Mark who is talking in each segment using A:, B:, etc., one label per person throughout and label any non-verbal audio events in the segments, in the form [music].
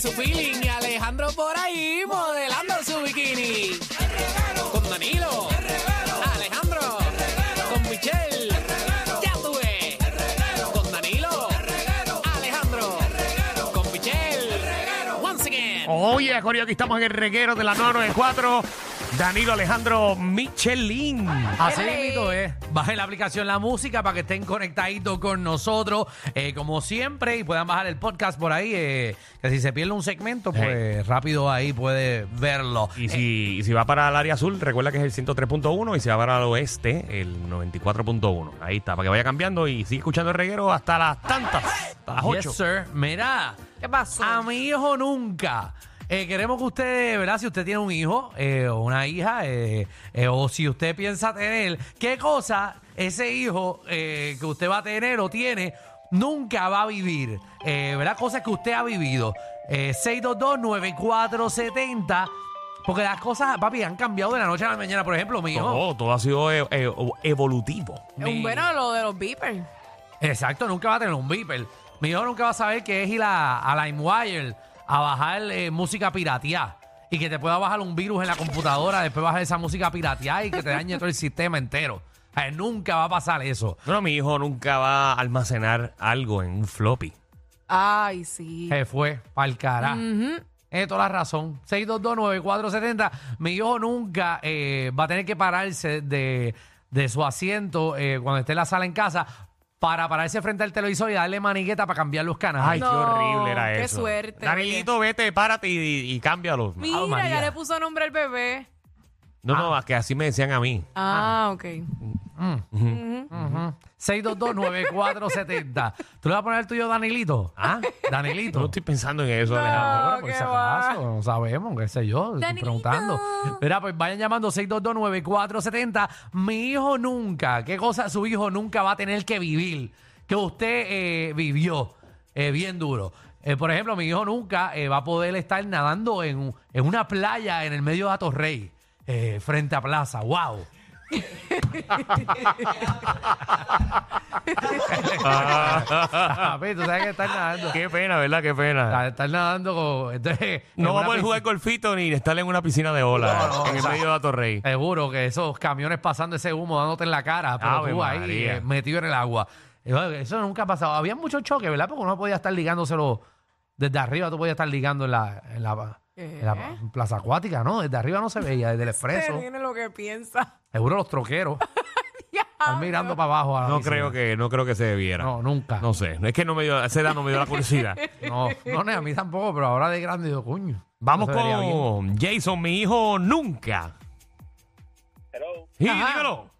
A: su feeling y Alejandro por ahí modelando su bikini. Con Danilo. Alejandro. Con Michelle. Ya tuve. Con Danilo. Alejandro. Con Michelle. Once again.
B: Oye, Corio, aquí estamos en el reguero de la 994. Danilo Alejandro Michelin.
C: Así mismo es. Bajen la aplicación La Música para que estén conectaditos con nosotros, eh, como siempre, y puedan bajar el podcast por ahí. eh, que si se pierde un segmento, pues rápido ahí puede verlo.
B: Y si, y si va para el área azul, recuerda que es el 103.1 y si va para el oeste, el 94.1. Ahí está, para que vaya cambiando y sigue escuchando el reguero hasta las tantas, hasta las 8.
C: Yes, sir. Mira.
D: ¿Qué pasó?
C: A mi hijo nunca. Eh, queremos que usted, ¿verdad? Si usted tiene un hijo eh, o una hija, eh, eh, o si usted piensa tener, ¿qué cosa ese hijo eh, que usted va a tener o tiene nunca va a vivir? Eh, ¿Verdad? Cosas que usted ha vivido. Eh, 622-9470. Porque las cosas, papi, han cambiado de la noche a la mañana. Por ejemplo, mi hijo.
B: Todo, todo ha sido eh, eh, evolutivo.
C: mi-
D: Bueno, lo de los beepers.
C: Exacto, nunca va a tener un beeper. Mi hijo nunca va a saber que es ir a, a LimeWire a bajar eh, música pirateada. Y que te pueda bajar un virus en la computadora, después bajar esa música pirateada y que te dañe todo el sistema entero. A él nunca va a pasar eso.
B: No, mi hijo nunca va a almacenar algo en un floppy.
D: Ay, sí.
C: Se fue pa'l carajo. Tiene toda la razón. 6229470. Mi hijo nunca eh, va a tener que pararse de, de su asiento eh, cuando esté en la sala en casa para pararse frente al televisor y darle manigueta para cambiar los canales.
B: Ay, qué
D: No,
B: horrible era
D: qué
B: eso.
D: suerte,
B: Danilito, vete, párate y, y- y cámbialo.
D: Mira,
C: oh, María.
D: ya le puso nombre al bebé.
B: No, no, que así me decían a mí.
D: Ah, ok.
C: 6229470. ¿Tú le vas a poner el tuyo, Danilito? ¿Ah? Danilito.
B: No estoy pensando en eso, Alejandro.
C: Ahora,
D: No,
C: por
D: Ah, ¿qué
C: si
D: va?
C: acaso, no sabemos, qué sé yo, estoy
D: Danilito.
C: preguntando. Mira, pues vayan llamando 6229470. Mi hijo nunca, qué cosa su hijo nunca va a tener que vivir, que usted eh, vivió eh, bien duro. Eh, por ejemplo, mi hijo nunca eh, va a poder estar nadando en, un- en una playa en el medio de Atorrey, eh, frente a Plaza. [laughs] ¡Wow! Papi, tú sabes que estás nadando.
B: Qué pena, ¿verdad? Qué pena.
C: Está- Estás nadando con. [laughs] entonces, en
B: No va a poder
C: una piscina.
B: jugar golfito ni estar en una piscina de olas
C: No, no,
B: en el
C: o sea,
B: medio de la Torrey.
C: Seguro que esos camiones pasando ese humo dándote en la cara, pero
B: Ave
C: tú ahí
B: María.
C: eh, metido en el agua. Eh, Eso nunca ha pasado. Había muchos choques, ¿verdad? Porque uno podía estar ligándoselo desde arriba, tú podías estar ligando en la, en la,
D: ¿Qué?
C: en la plaza acuática, ¿no? Desde arriba no se veía, desde el expreso.
D: [laughs] Usted tiene lo que piensa. [laughs]
C: Seguro los troqueros están
D: Diablo.
C: mirando para abajo. a la
B: No
C: piscina.
B: creo que, no creo que se debiera.
C: No,
B: No,
C: nunca.
B: sé. Es que no me dio, a esa edad no me dio la
D: [laughs]
B: curiosidad.
C: No, no, ni a mí tampoco, pero ahora de grande yo, coño.
B: Vamos
C: no se vería bien.
B: con Jason, mi hijo nunca.
E: Hello.
B: Sí,
D: Ajá.
B: dímelo.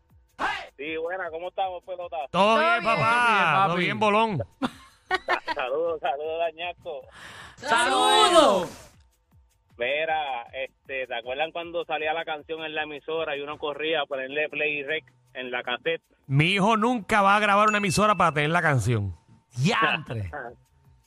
E: Sí, buena, ¿cómo estamos, pelota?
B: Todo
D: Todo
B: bien,
D: bien.
B: papá.
C: Todo
B: Todo
C: bien,
B: bien, bolón.
E: Saludos, saludos, Dañaco.
D: ¡Saludos!
E: Mira, este, ¿te acuerdan cuando salía la canción en la emisora y uno corría a ponerle play y rec en la cassette?
B: Mi hijo nunca va a grabar una emisora para tener la canción.
C: ¡Diantre!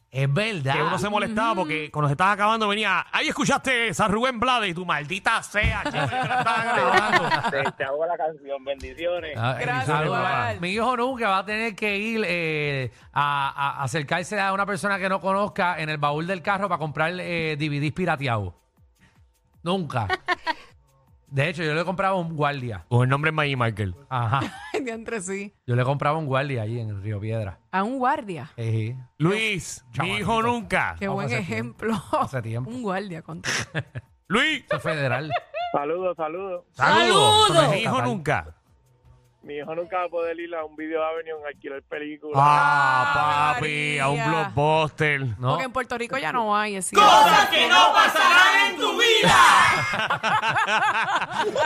C: es verdad.
B: Que uno se molestaba porque cuando se estaba acabando venía, ahí escuchaste a Rubén Blades y tu maldita sea, chico, yo te la
C: [laughs]
B: estaba grabando.
E: Te te hago la canción, bendiciones.
C: Ah,
D: Gracias,
C: saludos,
D: papá.
C: papá. Mi hijo nunca va a tener que ir eh, a, a- acercarse a una persona que no conozca en el baúl del carro para comprar eh, DVDs pirateados. [laughs] Nunca. De hecho, yo le compraba un guardia.
B: Con el nombre de Maggie Michael.
C: Ajá.
D: De entre sí.
C: Yo le compraba un guardia ahí en Río Piedra.
D: A un guardia.
C: Ejí.
B: Luis, mi
C: Chavalito.
B: hijo nunca.
D: Qué
C: Ah, fue
D: buen
C: hace
D: ejemplo.
C: Hace tiempo.
D: Un guardia contra.
B: Luis,
C: Eso es federal.
E: Saludos, saludos.
B: saludos.
C: ¡Saludos!
B: Mi hijo nunca.
E: Mi hijo nunca va a poder ir a un video Avenue a alquilar películas.
B: Ah,
D: Ah,
B: papi,
D: María.
B: a un blockbuster.
C: No. Eh,
D: Porque en Puerto Rico ya no hay. Es
F: que no pasarán en tu vida.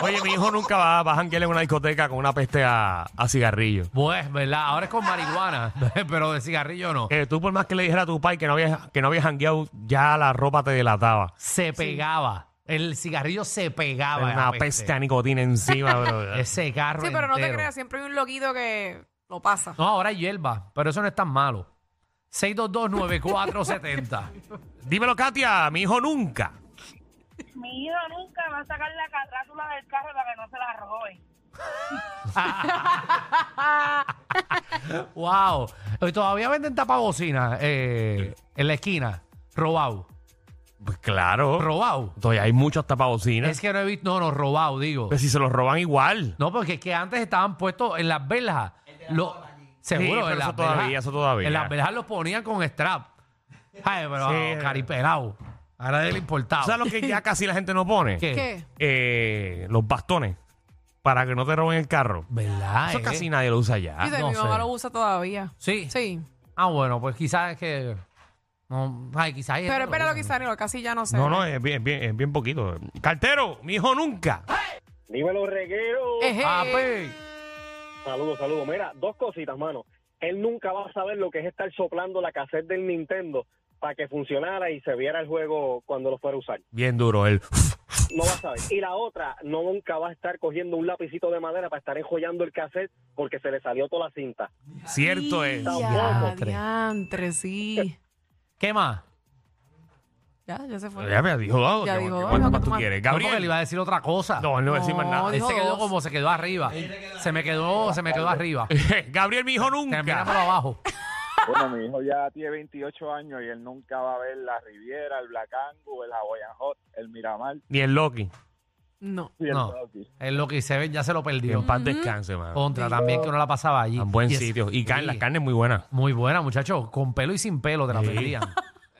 B: Oye, mi hijo nunca va, va a janguear en una discoteca con una peste a, a cigarrillo.
C: Pues, ¿verdad? Ahora es con marihuana, [laughs] pero de cigarrillo no.
B: Que Eh, tú, por más que le dijera a tu pai que no había, que no había jangueado, ya la ropa te delataba.
C: Se pegaba. El cigarrillo se pegaba.
B: Era una
C: la Ah, peste.
B: peste a nicotina encima,
C: [laughs]
B: bro.
C: Ese carro
D: Sí, pero no te
C: entero.
D: creas, siempre hay un loquito que lo pasa.
C: No, ahora hay hierba, pero eso no es tan malo. 6229470.
B: Dímelo, Katia, mi hijo nunca.
G: Mi hijo nunca va a sacar la carátula del carro para que no se la roben.
C: eh, wow. Todavía venden tapabocina eh, en la esquina, robado.
B: Pues claro.
C: ¿Robado?
B: Todavía hay muchos tapabocinas.
C: Es que no he visto. No, no, robado, digo.
B: Pero Pues si se los roban igual.
C: No, porque es que antes estaban puestos en las verjas. Lo-
B: Sí,
C: seguro,
B: pero
C: en las
B: eso todavía,
C: verjas-
B: eso todavía.
C: En las verjas los ponían con strap. Ay, pero
B: Sí.
C: caripelado. Ahora de él importado.
B: O sea, lo que ya casi la gente no pone.
C: Ah, ¿Qué?
D: ¿Qué?
B: Eh, los bastones. Para que no te roben el carro.
C: ¿Verdad?
B: Eso
C: eh?
B: casi nadie lo usa ya.
D: Dice,
C: no
D: mi mamá
C: sé.
D: lo usa todavía.
C: Sí.
D: Sí.
C: Ah, bueno, pues quizás es que. No, ay, quizás. hay gente
D: Pero
C: que
D: espéralo
C: usa.
D: quizá, Nilo, casi ya no sé. Eh,
B: No, no, es bien, es bien, es bien poquito. Cartero, mi hijo nunca.
E: Dímelo, reguero.
D: Ejé.
C: Ah, pues.
E: Saludos, saludos. Mira, dos cositas, mano. Él nunca va a saber lo que es estar soplando la cassette del Nintendo para que funcionara y se viera el juego cuando lo fuera a usar.
B: Bien duro él.
E: No va a saber. Y la otra, no nunca va a estar cogiendo un lapicito de madera para estar enjollando el cassette porque se le salió toda la cinta.
B: Cierto es.
D: Ya,
C: Diantre.
D: diantre, sí.
C: ¿Qué más?
D: Ya, ya se fue.
B: Ya me dijo, oh,
D: Ya
B: ¿qué-
D: dijo,
B: qué-
D: oh,
B: ¿cuánto
D: no,
B: más
D: que
B: tú
D: tú-
B: quieres?
C: No, porque le
B: Gabriel.
C: iba a decir otra cosa.
B: No, él no va a decir más nada.
D: No,
C: Él se quedó
D: dos.
C: como se quedó arriba. Se me quedó, se me quedó arriba.
B: [laughs] Gabriel, mi hijo
C: Termina por
B: nunca.
C: abajo.
H: Bueno, mi hijo ya tiene 28 años y él nunca va a ver la Riviera, el Black Angus, el Hawaiian Hot, el Miramar
B: Ni el Loki.
D: No.
H: y el
C: No.
H: Rocky.
C: Es lo que se ve, ya se lo
B: Que en
C: perdió.
B: paz descanse,
D: Oh,
B: mano.
C: Contra también que no la pasaba allí.
B: En buen
C: Yes.
B: sitio. Y carne,
C: Sí.
B: las carnes muy buenas.
C: Muy buena, muchachos. Con pelo y sin pelo te la
B: Sí.
C: vendían.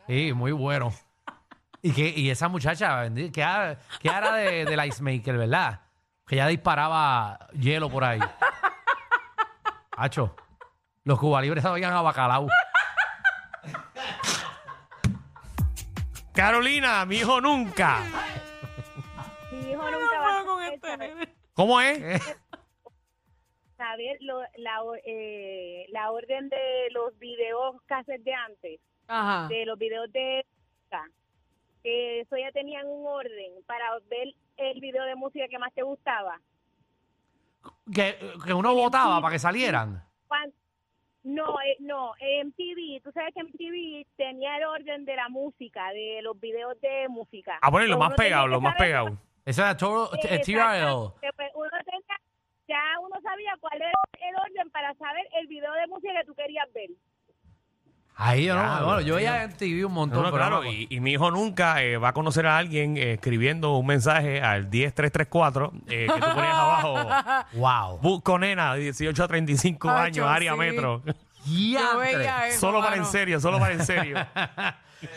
C: Sí, muy bueno. Y, que, y esa muchacha, bendi- ¿qué, ha- qué hará de, del Ice Maker, verdad? Que ya disparaba hielo por ahí. Hacho, los cubalibres sabían a bacalao.
B: Carolina, mi hijo nunca.
G: Mi hijo
D: No
G: nunca va
D: puedo con
G: a
D: este nene.
B: ¿Cómo es?
D: Eh,
G: saber lo- la, or- eh, la orden de los videos cassettes de antes,
B: Ah.
D: Ajá.
G: de los videos de música. Que eso ya tenían un orden para ver el video de música que más te gustaba.
C: Que, que uno votaba para que salieran.
G: Cuan- No, eh, no, MTV, tú sabes que MTV tenía el orden de la música, de los videos de música.
B: A poner Ah, lo
G: Pero
B: más
G: uno tenía
B: pegado,
G: que
B: lo más
G: saber
B: pegado.
C: Eso era todo eh, TRL.
G: Exactamente, pues, uno tenía- ya uno sabía cuál era el orden para saber el video de música que tú querías ver.
C: Ahí yo no.
B: Diablo,
C: Bueno, yo veía en TV un montón.
B: No, no,
C: pero no
B: claro,
C: me acuerdo.
B: y, y mi hijo nunca eh, va a conocer a alguien eh, escribiendo un mensaje al 10334 eh, que tú ponías abajo.
C: [laughs] Wow.
B: Busco nena, 18 a 35
D: Hacho,
B: años, área
D: sí.
B: metro.
D: Yo
C: Diantre.
D: veía eso,
B: solo para en
D: mano.
B: serio, solo para en
C: [laughs]
B: serio.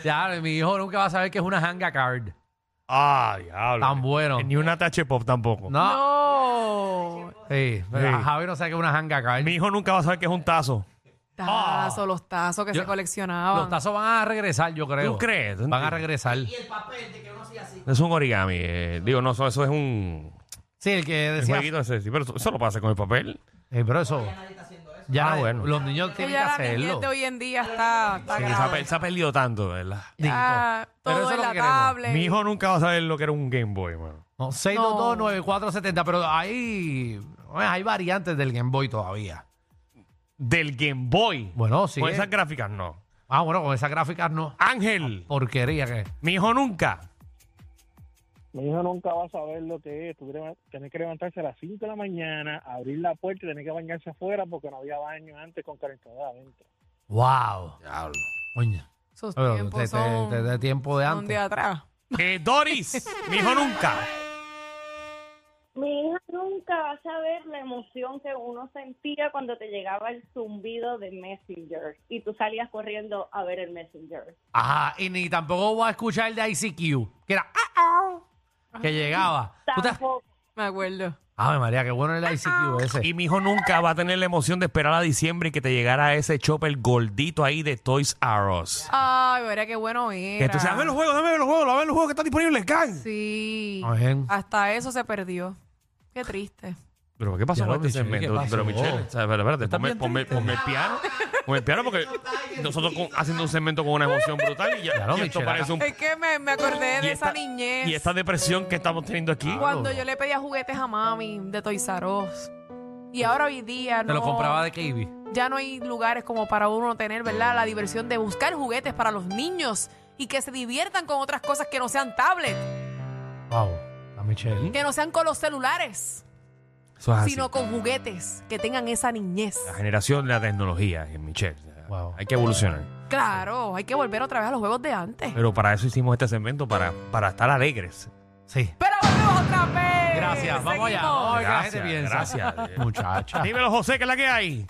C: Ya, mi hijo nunca va a saber que es una hanga card.
B: ah, diablo.
C: Tan bueno.
B: Ni una tache pop tampoco.
C: No.
D: No.
C: Sí, pero
B: Sí.
C: a Javi no sabe que es una hanga card.
B: Mi hijo nunca va a saber que es un tazo.
D: Tazos, los tazos que
C: Ah. Yo-
D: se coleccionaban.
C: Los tazos van a regresar, yo creo.
B: ¿Tú crees?
C: Van a regresar.
B: Es un origami. eh, digo, no, eso, eso es un
C: Sí, el que
B: un
C: decía.
B: jueguito ese, sí, pero eso, eso lo pasa con el papel.
C: Eh, pero eso. Ya,
B: Ah, bueno.
C: los niños
D: que
C: tienen que
D: ya la niñez
C: hacerlo.
D: de hoy en día está, está
B: Sí, se, ha,
D: grave.
B: per- se ha perdido tanto, ¿verdad?
D: Ya,
C: Dito. Pero
D: todo
C: eso
D: en
C: es lo
D: la
C: que queremos.
D: tablet.
B: Mi hijo nunca va a saber lo que era un Game Boy, mano.
C: No, 6229470, pero hay, bueno, hay variantes del Game Boy todavía.
B: Del Game Boy.
C: Bueno, sí.
B: Con esas gráficas, no.
C: Ah, bueno, con esas gráficas no.
B: Ángel,
C: Porquería que.
B: mi hijo nunca.
E: Mi hijo nunca va a saber lo que es. Tú tenés que levantarse a las 5 de la mañana, abrir la puerta y tener que bañarse afuera porque no había baño antes con calentador adentro.
C: Wow. Diablo. Oye.
D: Esos
C: Pero
D: tiempos
C: de- de-
D: son
C: de- de tiempo de
D: son
C: antes.
D: de atrás.
B: Eh, Doris, mi hijo nunca.
G: Mi hija nunca va a saber la emoción que uno sentía cuando te llegaba el zumbido de Messenger y tú salías corriendo a ver el Messenger.
C: Ajá, y ni tampoco voy a escuchar el de ICQ, que era. ah, ah, que llegaba. ¿Tú te-
G: Tampoco.
D: Me acuerdo.
C: Ave María, qué bueno el
D: Ah,
C: ICQ ese.
B: Y mi hijo nunca va a tener la emoción de esperar a diciembre y que te llegara ese chopper gordito ahí de Toys R Us.
D: Ay, verá qué bueno era.
B: Que tú dices, dame los juegos, dame los juegos, dame los juegos que están disponibles, can.
D: Sí.
C: Ojen.
D: Hasta eso se perdió. Qué triste.
B: Pero ¿qué pasó
C: Ya
B: con
C: lo,
B: este
C: Michelle,
B: segmento?
C: ¿qué pasó?
B: Pero Michelle, o sea, espera, espérate,
C: Está
B: ponme,
C: bien
B: ponme-
C: triste.
B: ponme el piano. Ponme el piano porque nosotros con- haciendo un segmento con una emoción brutal y ya,
C: Ya lo,
B: y esto
C: Michelle,
B: parece un...
D: Es que me, me acordé
B: y
D: de esa
B: esta-
D: niñez.
B: Y esta depresión que estamos teniendo aquí.
D: Cuando yo le pedía juguetes a mami de Toys R Us. Y ahora hoy día
C: Te
D: no,
C: lo compraba de KB.
D: ya no hay lugares como para uno tener, ¿verdad? La diversión de buscar juguetes para los niños y que se diviertan con otras cosas que no sean tablets,
C: Wow. La Michelle.
D: que no sean con los celulares,
B: Eso
C: Ah,
B: es así.
D: sino con juguetes que tengan esa niñez.
B: La generación de la tecnología, eh, Michelle.
C: Wow.
B: Hay que evolucionar.
D: Claro, hay que volver otra vez a los juegos de antes.
B: Pero para eso hicimos este segmento, para, para estar alegres.
C: Sí.
D: Pero volvemos otra vez.
C: Gracias, vamos allá.
D: Seguimos.
C: Vamos a ver qué la gente
B: Gracias,
C: piensa. [laughs]
B: gracias.
C: Muchacha.
B: Dímelo, José, ¿qué es la que hay?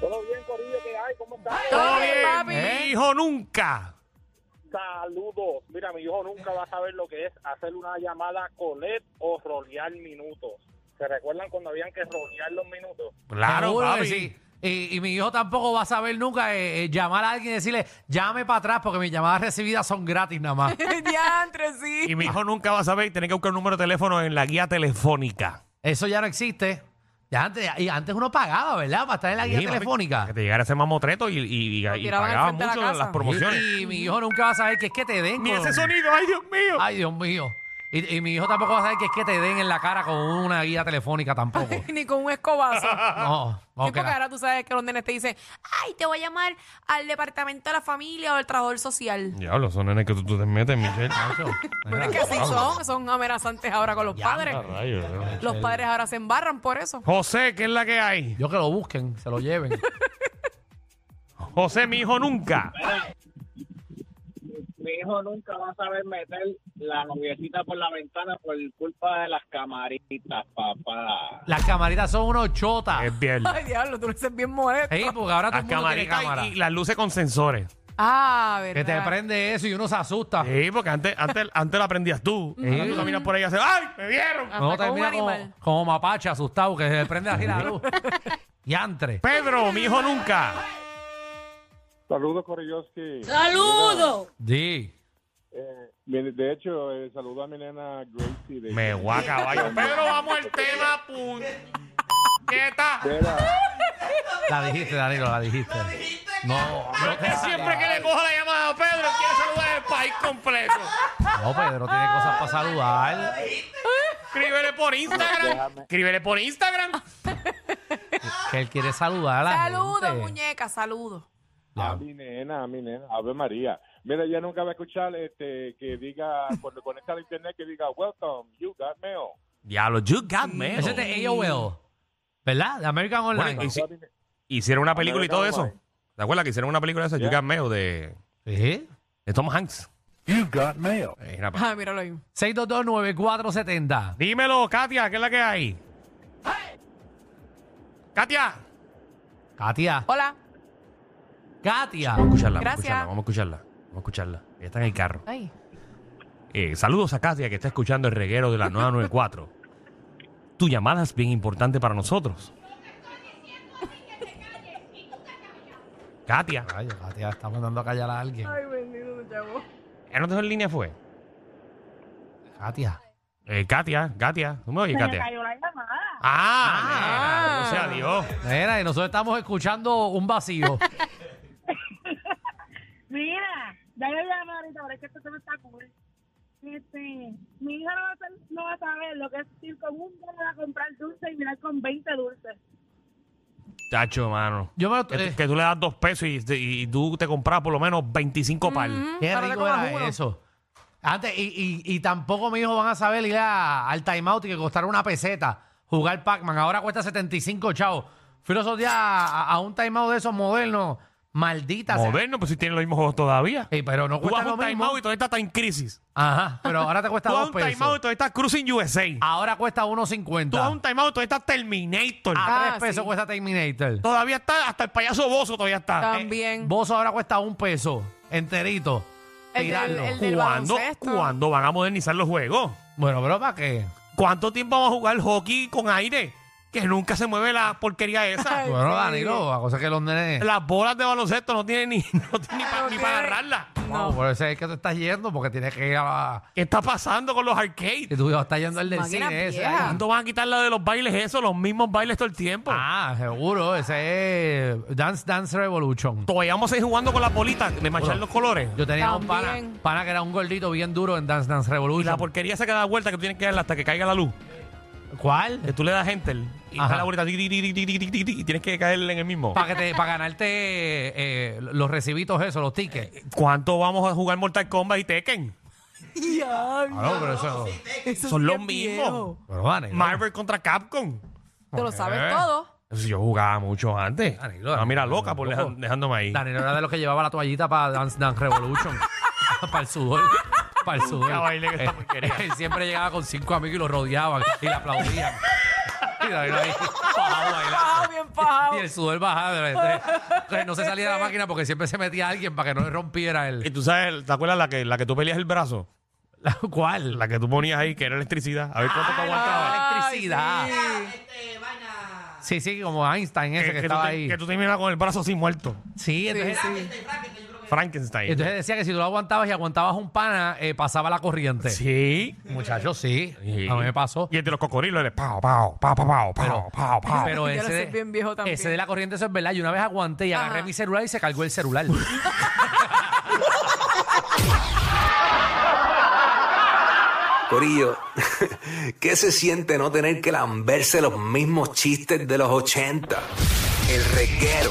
E: Todo bien, Corillo, ¿qué hay? ¿Cómo estás?
D: Todo bien, papi.
B: Mi hijo nunca.
E: Saludos. Mira, mi hijo nunca va a saber lo que es hacer una llamada colet o rolear minutos. ¿Se recuerdan cuando habían que rolear los minutos?
B: Claro,
C: Seguro que
B: papi.
C: sí. Y, y mi hijo tampoco va a saber nunca eh, eh, llamar a alguien y decirle, llame para atrás porque mis llamadas recibidas son gratis
B: [laughs]
C: nada más.
D: [laughs] Diantre, sí.
B: Y mi hijo nunca va a saber tener que buscar un número de teléfono en la guía telefónica.
C: Eso ya no existe. Ya antes, y antes uno pagaba, ¿verdad? Para estar en la
B: Sí,
C: guía
B: papi,
C: telefónica.
B: Que te llegara ese mamotreto y, y, y-
D: Lo
B: y
D: tiraban al
B: pagaba
D: frente de la
B: mucho
D: casa.
B: las promociones.
C: Y, y mi hijo nunca va a saber que es que te den.
B: Ni
C: con-
B: ese sonido, ay Dios mío.
C: Ay, Dios mío. Y, y mi hijo tampoco va a saber que es que te den en la cara con una guía telefónica tampoco.
D: Ni con un escobazo.
C: [laughs] No,
D: Sí,
C: no, que
D: porque
C: la-
D: ahora tú sabes que los nenes te dicen, ay, te voy a llamar al departamento de la familia o al trabajador social.
B: Diablo, son nenes que tú, tú te metes, Michelle.
D: Pero es que así son, son amenazantes ahora con los padres.
B: Ah,
D: Los padres ahora se embarran
C: [laughs]
D: por eso.
B: José, ¿qué es la que hay?
C: Yo que lo busquen, se lo lleven.
B: José, mi hijo nunca.
E: Mi hijo nunca va a saber meter la noviecita por la ventana por culpa de las camaritas, papá.
C: Las camaritas son unos chotas.
B: Es bien.
D: Ay, diablo, tú lo haces bien molesto.
C: Ey, porque ahora todo
B: Eh, Las
C: el mundo tiene
B: camaritas
C: cámara.
B: y, y las luces con sensores.
D: Ah,
C: Que te
D: verdad.
C: prende eso y uno se asusta.
B: Sí, porque antes, antes, antes la aprendías tú. Ahora tú caminas por ahí y haces, ¡ay, me vieron!
D: Hasta
C: No
D: con un
C: termina
D: animal.
C: como, como mapache asustado que se le prende así la
D: [laughs]
C: luz. y antre.
B: Pedro, mi hijo nunca.
H: Saludos, Koryoski.
F: ¡Saludos!
C: Di.
H: Eh, mire, de hecho, eh, saludo a mi nena Gracie. De
B: Me voy a caballo. Pedro, vamos al tema, puñeta.
H: Espera,
C: La dijiste, Danilo, la dijiste. No,
B: Pero es que siempre que le cojo la llamada a Pedro, quiere saludar el país completo.
C: no, Pedro tiene cosas para saludar.
B: Escríbele por Instagram. Escríbele por Instagram.
C: Que él quiere saludar a la
D: Saludos,
C: gente.
D: muñeca, saludos.
H: a mi nena, a mi nena, Ave María. Mira, ella nunca va a escuchar este, que diga, cuando conecta al internet, que diga, welcome, you got mail.
B: Diablo, you got me.
C: Ese es de AOL. ¿Verdad? De American Online.
B: Bueno, y si- Hicieron una película y todo eso. ¿Te acuerdas que hicieron una película de eso? You
H: Yeah.
B: Got Mail de,
C: Sí.
B: de Tom Hanks.
H: You got mail.
B: Eh, una pa-
D: [laughs] Ah, míralo ahí.
C: 6229470.
B: Dímelo, Katia, ¿qué es la que hay? Katia.
C: Katia.
D: Hola.
C: Katia.
B: Vamos a escucharla, vamos a
D: Gracias.
B: escucharla, vamos a escucharla. Vamos a escucharla. Ella está en el carro.
D: Ay.
B: Eh, saludos a Katia que está escuchando el reguero de la 994. tu llamada es bien importante para nosotros. Katia.
C: Ay, Katia está mandando a callar a alguien.
B: ¿Ella no te dejó en línea fue?
C: Katia.
B: Eh, Katia, Katia. ¿Cómo me oye,
G: Se me
B: Katia?
G: cayó la llamada.
B: Ah, nena, gracias a Dios.
C: Mira, y nosotros estamos escuchando un vacío.
G: Mira, ya yo llamé ahorita, pero es que esto se me está cool. Este, mi hija no va, a ser- no va a saber lo que es ir con un dólar a comprar dulce y mirar con 20 dulces.
B: Tacho, mano.
C: Yo me
B: [laughs]
C: lo-
B: Que,
C: eh,
B: que tú le das dos pesos y, y tú te compras por lo menos 25 par.
C: Qué
D: Ahora te
C: rico
D: comas
C: era
D: uno.
C: eso. Antes, y, y, y tampoco mis hijos van a saber ir a- al timeout y que costara una peseta jugar Pac-Man. Ahora cuesta 75 chavos. Fui los otros días a, a- a un timeout de esos modernos. Maldita sea.
B: Moderno, pues si tienen los mismos juegos todavía.
C: Sí, pero no
B: Tú
C: cuesta
B: vas a
C: lo
B: un
C: mismo.
B: timeout y todavía está en crisis.
C: Ajá, pero ahora te
B: [laughs]
C: cuesta
B: Tú vas
C: dos
B: a un timeout y
C: pesos. Ah,
B: todavía está Cruising USA.
C: Ahora cuesta
B: Tú vas a un
C: 1.50.
B: timeout y todavía está Terminator.
C: A
D: Ah,
C: tres pesos
D: sí.
C: cuesta Terminator.
B: Todavía está, hasta el payaso Bozo todavía está. Eh,
D: También.
C: Bozo ahora cuesta un peso enterito.
D: El del-
C: Tirarlo.
D: el del
B: Eh, ¿Cuándo,
D: baloncesto.
B: ¿Cuándo van a modernizar los juegos?
C: Bueno, pero ¿para qué?
B: ¿Cuánto tiempo vamos a jugar hockey con aire? Que nunca se mueve la porquería
C: [laughs]
B: esa.
C: Bueno, Danilo, la cosa es que los nenes...
B: Las bolas de baloncesto no tienen ni, [laughs] no tienen ni pa-
D: No
B: ni para
D: tiene-
B: agarrarla.
C: No, por eso es que te estás yendo porque tienes que ir a...
B: ¿Qué está pasando con los arcades?
C: Que tú ya estás yendo al del
D: Máquina
C: cine ese.
D: vieja.
C: ahí.
B: ¿Cuándo van a quitar la de los bailes eso? Los mismos bailes todo el tiempo.
C: Ah, seguro. Ese es Dance Dance Revolution.
B: Todavía vamos a ir jugando con la bolita de manchar los colores.
C: Yo tenía un
D: También.
C: pana, pana que era un gordito bien duro en Dance Dance
B: Y la
C: Revolution.
B: porquería se queda da vuelta que tú tienes que darle hasta que caiga la luz.
C: ¿Cuál?
B: Que tú le das enter y
C: Ajá.
B: da la bolita ti, ti, ti, ti, ti, ti, ti, ti, y tienes que caerle en el mismo.
C: Para ganarte eh, los recibitos esos, los tickets.
D: [laughs]
B: ¿Cuánto vamos a jugar Mortal Kombat y Tekken?
D: Ya,
C: Ah, no, pero eso...
D: eso
B: Son
D: sí
B: los
D: es
B: mismos.
D: viejo.
C: Pero Danilo,
B: Marvel contra Capcom.
D: Te lo sabes
C: Eh.
D: todo.
C: [laughs]
B: Eso Pues yo jugaba mucho antes.
C: Danilo,
B: Ah, mira,
C: Danilo,
B: loca por
C: loco.
B: dejan- dejándome ahí.
C: Danilo era de los que llevaba la toallita para Dance Dance
B: [laughs]
C: Revolution. para el sudor. Para el sudor.
B: Nunca bailé en esa porquería.
C: Él siempre llegaba con cinco amigos y lo rodeaban y le aplaudían. y Danilo ahí bajado
D: Pajao,
C: bailando.
D: bien pajao.
C: Y el sudor bajaba. Entonces, entonces no se salía de la máquina porque siempre se metía alguien para que no le rompiera
B: Y
C: el.
B: tú sabes, ¿te acuerdas la que, la que tú peleas el brazo?
C: ¿Cuál?
B: La que tú ponías ahí, que era electricidad. A ver cuánto te aguantaba.
C: La
D: Ay,
C: electricidad. Sí, sí, como Einstein ese
B: tú
C: que, estaba
B: te-
C: ahí.
B: que tú terminas con el brazo así muerto.
C: Sí, entonces,
B: Frankenstein.
C: entonces decía que si tú lo aguantabas y aguantabas un pana, eh, pasaba la corriente.
B: sí.
C: Muchachos, sí.
B: Sí.
C: A mí me pasó.
B: Y el de los cocodrilos, el de pao, pao, pao, pao, pao, pao, pao, pao.
C: Pero
D: Ya lo
C: ese,
D: sé,
C: de-
D: bien viejo también.
C: ese de la corriente, eso es verdad. Yo una vez aguanté y
D: Ajá.
C: agarré mi celular y se cargó el celular.
I: Corillo, [laughs] ¿qué se siente no tener que lamberse los mismos chistes de los 80? El reguero